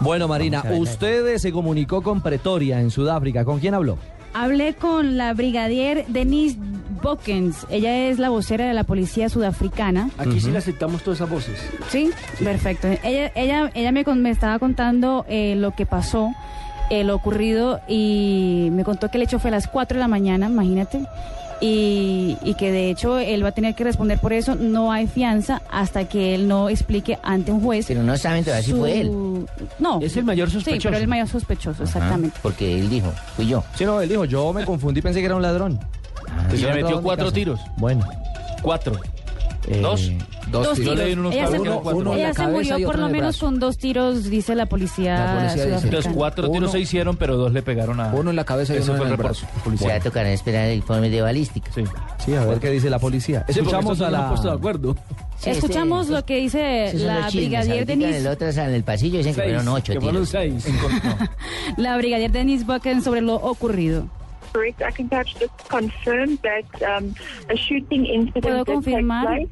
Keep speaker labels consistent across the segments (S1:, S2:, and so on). S1: Bueno, Marina, usted se comunicó con Pretoria, en Sudáfrica. ¿Con quién habló?
S2: Hablé con la brigadier Denise Bokens. Ella es la vocera de la policía sudafricana.
S3: Aquí sí le aceptamos todas esas voces.
S2: Sí, perfecto. Ella, ella, ella me, con- me estaba contando eh, lo que pasó, eh, lo ocurrido, y me contó que el hecho fue a las 4 de la mañana, imagínate. Y, y que de hecho él va a tener que responder por eso. No hay fianza hasta que él no explique ante un juez.
S4: Pero no saben todavía si fue él.
S2: su- No.
S3: Es el mayor
S2: Sí, pero
S3: sospechoso.
S2: el mayor sospechoso,
S4: Ajá,
S2: exactamente.
S4: Ah, porque él dijo, fui yo.
S1: Sí, no, él dijo, yo me confundí, pensé que era un ladrón.
S3: Y le
S1: había entrado a
S3: metió
S1: mi
S3: cuatro
S1: Ah, casa.
S3: tiros.
S1: Bueno.
S3: Cuatro.
S1: eh,
S3: Dos.
S1: Dos tiros.
S2: Dos
S3: Yo
S2: tiros.
S3: le di unos
S2: Ella se,
S3: tiros, uno-
S2: ella
S3: uno
S1: en la
S2: se
S1: cabeza y
S2: murió por
S1: otro en
S2: lo
S1: el
S2: menos
S1: brazo.
S2: con dos tiros, dice la policía,
S1: La policía dice.
S3: Los
S2: sudafricana.
S3: cuatro tiros se hicieron, pero dos le pegaron a...
S1: Uno en la cabeza y
S3: Ese
S1: uno
S3: fue
S1: en el
S3: reporte
S1: brazo.
S4: Se va
S3: policial.
S4: a tocar esperar el informe de balística.
S3: Sí.
S1: Sí, a ver qué dice la policía.
S3: Sí, porque
S1: Escuchamos
S3: estos no
S1: a la...
S3: han puesto de acuerdo.
S4: Sí,
S2: Escuchamos
S4: este-
S2: lo que dice
S4: Esos son
S2: la
S4: los chismes.
S2: brigadier
S4: Ahorita en
S2: Denise,
S4: el otro, en el pasillo, dicen que
S3: Seis,
S4: fueron ocho
S3: que fueron
S4: tiros.
S3: seis.
S2: la brigadier Denise Bucken sobre lo ocurrido.
S5: correct. I can perhaps just confirm that um, a shooting
S2: Puedo
S5: incident did take
S2: confirmar
S5: place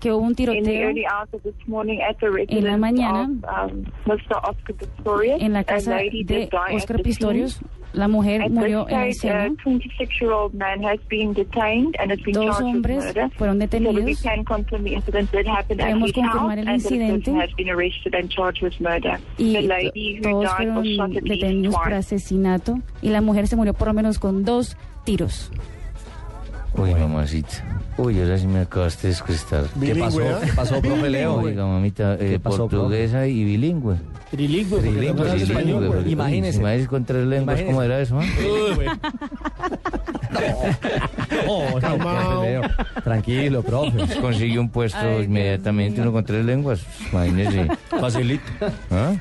S2: que hubo un
S5: in the
S2: tiroteo
S5: early hours of this morning at the residence
S2: mañana,
S5: of um, Mr. Oscar Pistorius.
S2: en la
S5: A
S2: casa
S5: lady
S2: de
S5: did die at
S2: Oscar
S5: the scene.
S2: Pistorius. La mujer
S5: At
S2: murió en el
S5: this stage, a
S2: escena.
S5: 26-year-old man has been detained and has been
S2: Dos
S5: charged
S2: hombres
S5: with murder.
S2: fueron
S5: So we
S2: detenidos.
S5: can confirm the incident that happened at
S2: Podemos
S5: his house
S2: confirmar el
S5: and that the person
S2: incidente.
S5: has been arrested and charged with murder. the
S2: Y
S5: lady who
S2: todos
S5: died was
S2: fueron
S5: shot at least
S2: detenidos por
S5: twice.
S2: asesinato y la mujer se murió por lo menos con dos tiros.
S4: Uy, mamacita. Uy, ahora sí me acabaste de descrestar.
S1: ¿Qué pasó? ¿Qué pasó, profe Leo?
S4: Oiga, mamita, eh,
S1: ¿Qué pasó, profe?
S4: portuguesa y bilingüe.
S3: Trilingüe, porque
S4: Trilingüe,
S3: tampoco es
S4: trilingüe,
S3: español,
S4: porque-
S3: güey.
S1: Imagínese.
S4: uy, Imagínese con tres lenguas,
S1: Imagínese.
S4: ¿cómo era eso? ah?
S3: Uy, güey.
S1: No, no, "Oh, profe Leo. Tranquilo, profe.
S4: Pues Consiguió un puesto inmediatamente, uno con tres lenguas. pues, Imagínese.
S3: Facilito.
S4: ¿Ah?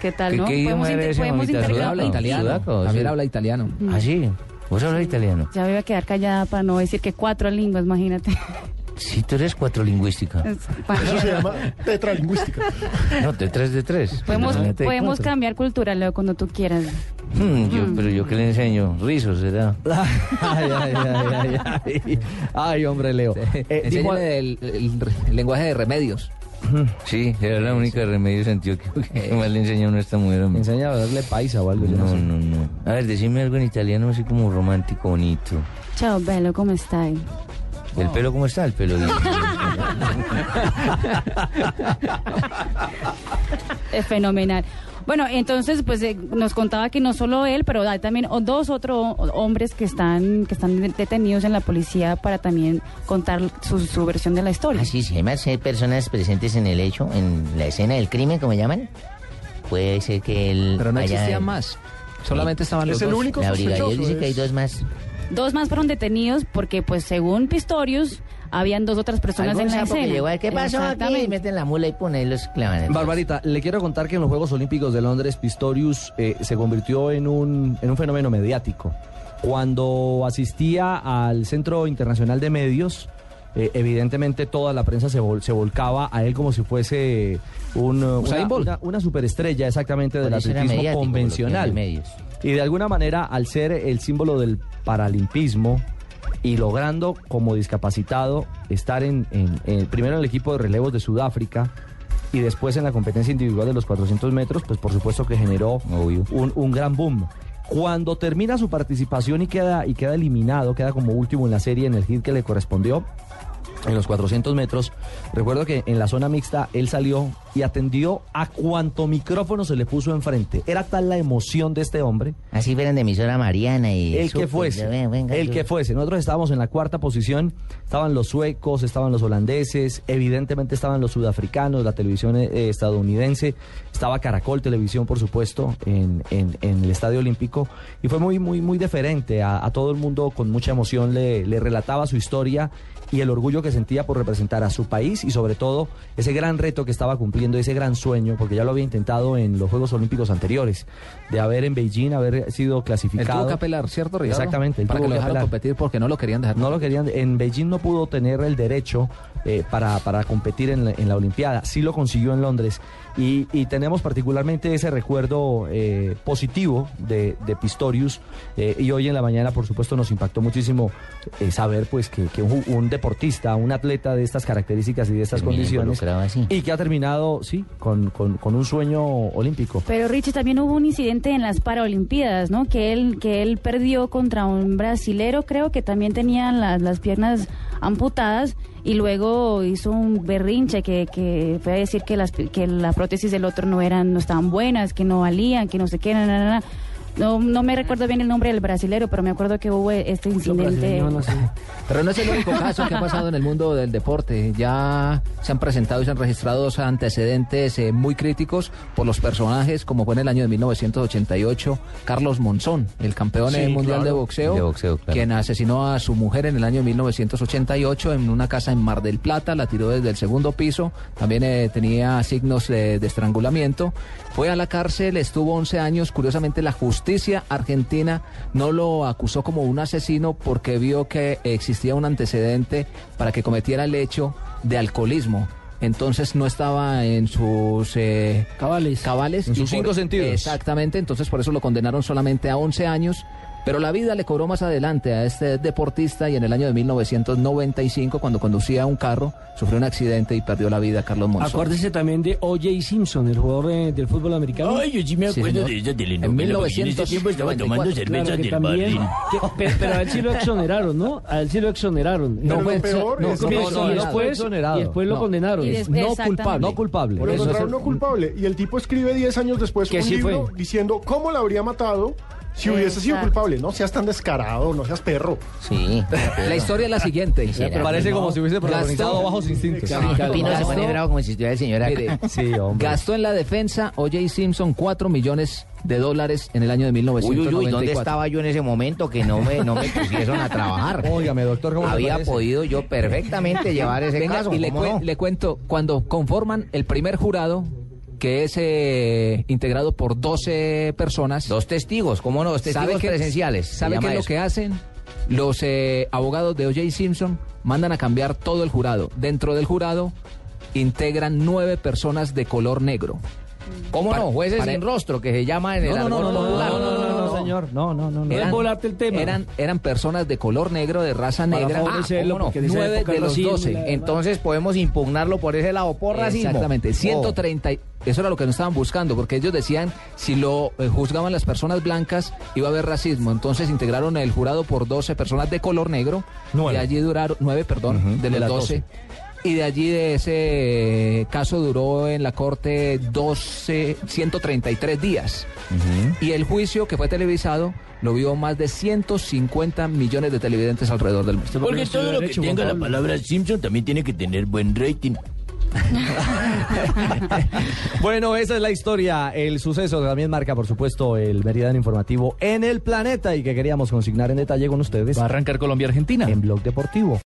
S2: ¿Qué tal,
S4: ¿Qué-
S2: no?
S4: qué idioma
S2: inter-
S4: era ese,
S2: podemos
S4: mamita?
S2: intercambiar-
S4: Habla italiano. Javier habla
S1: italiano.
S4: ¿Ah, sí? ¿Vos hablas italiano?
S2: Ya me iba a quedar callada para no decir que cuatro lenguas, imagínate.
S4: Sí, tú eres cuatro lingüística.
S2: Es-
S6: Tetralingüística.
S4: No, de tres de tres.
S2: Podemos,
S4: Imagínate de
S2: podemos
S4: cuatro.
S2: cambiar cultura, Leo, cuando tú quieras.
S4: Hmm, yo- pero yo qué le enseño, rizos, ¿verdad?
S1: ay, ay, ay, ay, ay. Ay, hombre, Leo. Eh, dijo-
S7: el, lenguaje de remedios.
S4: Hmm, Sí, era la única remedio sentido que más le enseñó a esta mujer a mí.
S1: Enseña a darle paisa o algo. yo no
S4: No,
S1: sé.
S4: no, no. A ver, decime algo en italiano así como romántico, bonito.
S2: Chao, Belo, ¿cómo Eh, estás?
S4: ¿El pelo cómo está? El pelo bien.
S2: Es fenomenal. Bueno, entonces, pues eh, nos contaba que no solo él, pero hay también o- dos otros hombres que están que están de- detenidos en la policía para también contar su, su versión de la historia.
S4: Así se llama, si hay personas presentes en el hecho, en la escena del crimen, como llaman. Puede ser que él.
S7: Pero no
S4: haya-
S7: existían más. Solamente estaban los
S6: Es el
S7: dos.
S6: único
S4: La
S6: sospechoso.
S4: brigadier dice que hay
S6: es-
S4: dos más.
S2: Dos más fueron detenidos porque, pues, según Pistorius, habían dos otras personas
S4: Algún
S2: en la
S4: sapo que
S2: escena.
S4: llegó, a ver, ¿Qué pasó aquí?
S2: Exactamente.
S4: Y Meten la mula y ponen los clavan.
S1: Barbarita, le quiero contar que en los Juegos Olímpicos de Londres, Pistorius eh, se convirtió en un, en un fenómeno mediático. Cuando asistía al Centro Internacional de Medios, eh, evidentemente toda la prensa se, vol- se volcaba a él como si fuese un, eh, una,
S7: Usain Bolt.
S1: una- una superestrella exactamente del
S4: Por eso era
S1: atletismo
S4: mediático, por lo que
S1: convencional.
S4: eran de medios.
S1: Y de alguna manera, al ser el símbolo del paralimpismo y logrando como discapacitado estar en, en- en- primero en el equipo de relevos de Sudáfrica y después en la competencia individual de los 400 metros, pues por supuesto que generó
S4: Obvio.
S1: un, un gran boom. Cuando termina su participación y queda, y queda eliminado, queda como último en la serie en el hit que le correspondió, en los 400 metros. Recuerdo que en la zona mixta él salió y atendió a cuanto micrófono se le puso enfrente. Era tal la emoción de este hombre,
S4: Así fueran de emisora Mariana y.
S1: el que
S4: Super,
S1: fuese,
S4: ven, venga,
S1: pues, el
S4: yo-
S1: que fuese. Nosotros estábamos en la cuarta posición, estaban los suecos, estaban los holandeses, evidentemente estaban los sudafricanos, la televisión eh, estadounidense, estaba Caracol Televisión, por supuesto, en, en- en el Estadio Olímpico, y fue muy, muy, muy deferente a, a todo el mundo, con mucha emoción le, le relataba su historia y el orgullo que sentía por representar a su país y sobre todo ese gran reto que estaba cumpliendo ese gran sueño, porque ya lo había intentado en los Juegos Olímpicos anteriores, de haber en Beijing, haber sido
S7: Él
S1: clasificado.
S7: tuvo que apelar, ¿cierto, Ricardo?
S1: Exactamente, él
S7: Para
S1: tuvo
S7: que lo
S1: que
S7: dejaran
S1: apelar.
S7: competir porque no lo querían dejar.
S1: No lo querían. En Beijing no pudo tener el derecho eh, para, para competir en la, en la Olimpiada. Sí lo consiguió en Londres. Y, y tenemos particularmente ese recuerdo eh, positivo de, de Pistorius. eh, y hoy en la mañana, por supuesto, nos impactó muchísimo eh, saber pues que, que un, ju- un deportista, un atleta de estas características y de estas
S4: Termina
S1: condiciones.
S4: involucrado así.
S1: Y que ha terminado, sí, con, con- con un sueño olímpico.
S2: Pero Richie también hubo un incidente en las Paralimpiadas, ¿no? Que él que él perdió contra un brasilero, creo que también tenía las, las piernas amputadas y luego hizo un berrinche que, que fue a decir que las pi- que las prótesis del otro no eran no estaban buenas, que no valían, que no sé qué, na, na, na, na. No, no me recuerdo bien el nombre del brasilero, pero me acuerdo que hubo este incidente.
S7: Pero no es el único caso que ha pasado en el mundo del deporte. Ya se han presentado y se han registrado dos antecedentes eh, muy críticos por los personajes, como fue en el año de 1988 Carlos Monzón, el campeón eh, mundial de boxeo,
S4: De boxeo, claro.
S7: quien asesinó a su mujer en el año de 1988 en una casa en Mar del Plata, la tiró desde el segundo piso, también eh, tenía signos de, de estrangulamiento. Fue a la cárcel, estuvo 11 años, curiosamente la justicia argentina no lo acusó como un asesino porque vio que existía un antecedente para que cometiera el hecho de alcoholismo. Entonces no estaba en sus eh, cabales.
S1: En
S7: y
S1: sus cinco sentidos.
S7: Exactamente, entonces por eso lo condenaron solamente a 11 años. Pero la vida le cobró más adelante a este deportista y en el año de 1995, cuando conducía un carro, sufrió un accidente y perdió la vida Carlos Monzón.
S8: Acuérdese también de O.J. Simpson, el jugador eh, del fútbol americano.
S9: Ay, yo sí me
S7: Sí,
S9: acuerdo
S7: señor.
S9: de esa telenovela.
S7: En
S9: porque En ese
S1: pues
S9: tiempo estaba tomando
S7: 1994,
S9: cerveza
S8: Claro, que
S9: del
S8: también.
S9: barril.
S8: que- pe- pero, a él sí lo exoneraron, ¿no? A él sí lo exoneraron.
S7: No
S8: Pero-
S7: fue
S6: lo peor
S7: pues, no,
S6: es
S7: no,
S8: y
S6: que-
S7: no, no,
S8: después,
S1: exonerado.
S8: y después lo
S7: No.
S8: condenaron.
S2: Y
S8: Es
S2: después-
S8: no culpable.
S1: No culpable.
S6: Por
S1: Eso es-
S6: encontrarlo culpable. Y el tipo escribe 10 años después
S8: Que
S6: un
S8: sí
S6: libro
S8: fue.
S6: diciendo cómo la habría matado si hubiese sido
S2: Exacto.
S6: culpable. No seas tan descarado, Ah, oh, no seas perro.
S4: Sí.
S7: La historia es la siguiente.
S4: Miserable.
S1: parece como si hubiese
S7: Gastó-
S1: protagonizado bajos instintos.
S7: Exacto.
S4: Pino se pone
S7: Gastó-
S4: bravo como si estuviera el señor acá.
S7: Mire,
S1: Sí, hombre.
S7: Gastó en la defensa O.J. Simpson pues, 4 millones de dólares en el año de
S4: Uy,
S7: 1994.
S4: uy, uy, ¿dónde estaba yo en ese momento que no me, no me pusieron a trabajar?
S1: Óigame, doctor, ¿cómo le
S4: Había
S1: parece?
S4: podido yo perfectamente llevar ese
S7: Venga,
S4: caso.
S7: y le,
S4: ¿cómo
S7: cuen-
S4: no?
S7: le cuento, cuando conforman el primer jurado, que es eh, integrado por 12 personas,
S4: Dos testigos, ¿cómo no? Dos testigos
S7: qué-
S4: presenciales. se
S7: ¿Sabe
S4: llama
S7: qué es lo
S4: eso.
S7: que hacen? Los eh, abogados de O.J. Simpson mandan a cambiar todo el jurado. Dentro del jurado integran nueve personas de color negro.
S4: ¿Cómo
S7: Para-
S4: no? Jueces
S7: para- e-
S4: sin rostro, que se llama en el
S7: No, no, no,
S4: argot
S7: no, no,
S4: popular.
S7: no, no, no, no, no,
S1: señor. No, no, no. no.
S7: Eran-
S8: volarte el tema.
S7: Eran, eran personas de color negro, de raza
S8: Para
S7: negra. Ah,
S8: favorecerlo,
S7: ¿cómo
S8: porque en esa
S7: Nueve
S8: época
S7: de
S8: el
S7: los
S8: racismo,
S7: doce.
S8: la-
S4: Entonces podemos impugnarlo por ese lado, por racismo.
S7: Exactamente,
S4: Oh.
S7: 130. y- Eso era lo que no estaban buscando, porque ellos decían si lo eh, juzgaban las personas blancas iba a haber racismo. Entonces integraron el jurado por 12 personas de color negro.
S1: Nueve.
S7: Y allí duraron, 9, perdón, de
S1: de
S7: las
S1: las
S7: 12. Y de allí de ese eh, caso duró en la corte 12, 133 días. Y el juicio que fue televisado lo vio más de 150 millones de televidentes alrededor del mundo.
S9: Porque
S8: estudió
S9: todo lo que
S8: derecho,
S9: tenga
S8: Juan
S9: la
S8: Pablo.
S9: palabra Simpson también tiene que tener buen rating.
S1: Bueno, esa es la historia, el suceso que también marca, por supuesto, el Meridiano Informativo en el planeta y que queríamos consignar en detalle con ustedes
S3: Va a arrancar Colombia-Argentina.
S1: en Blog Deportivo.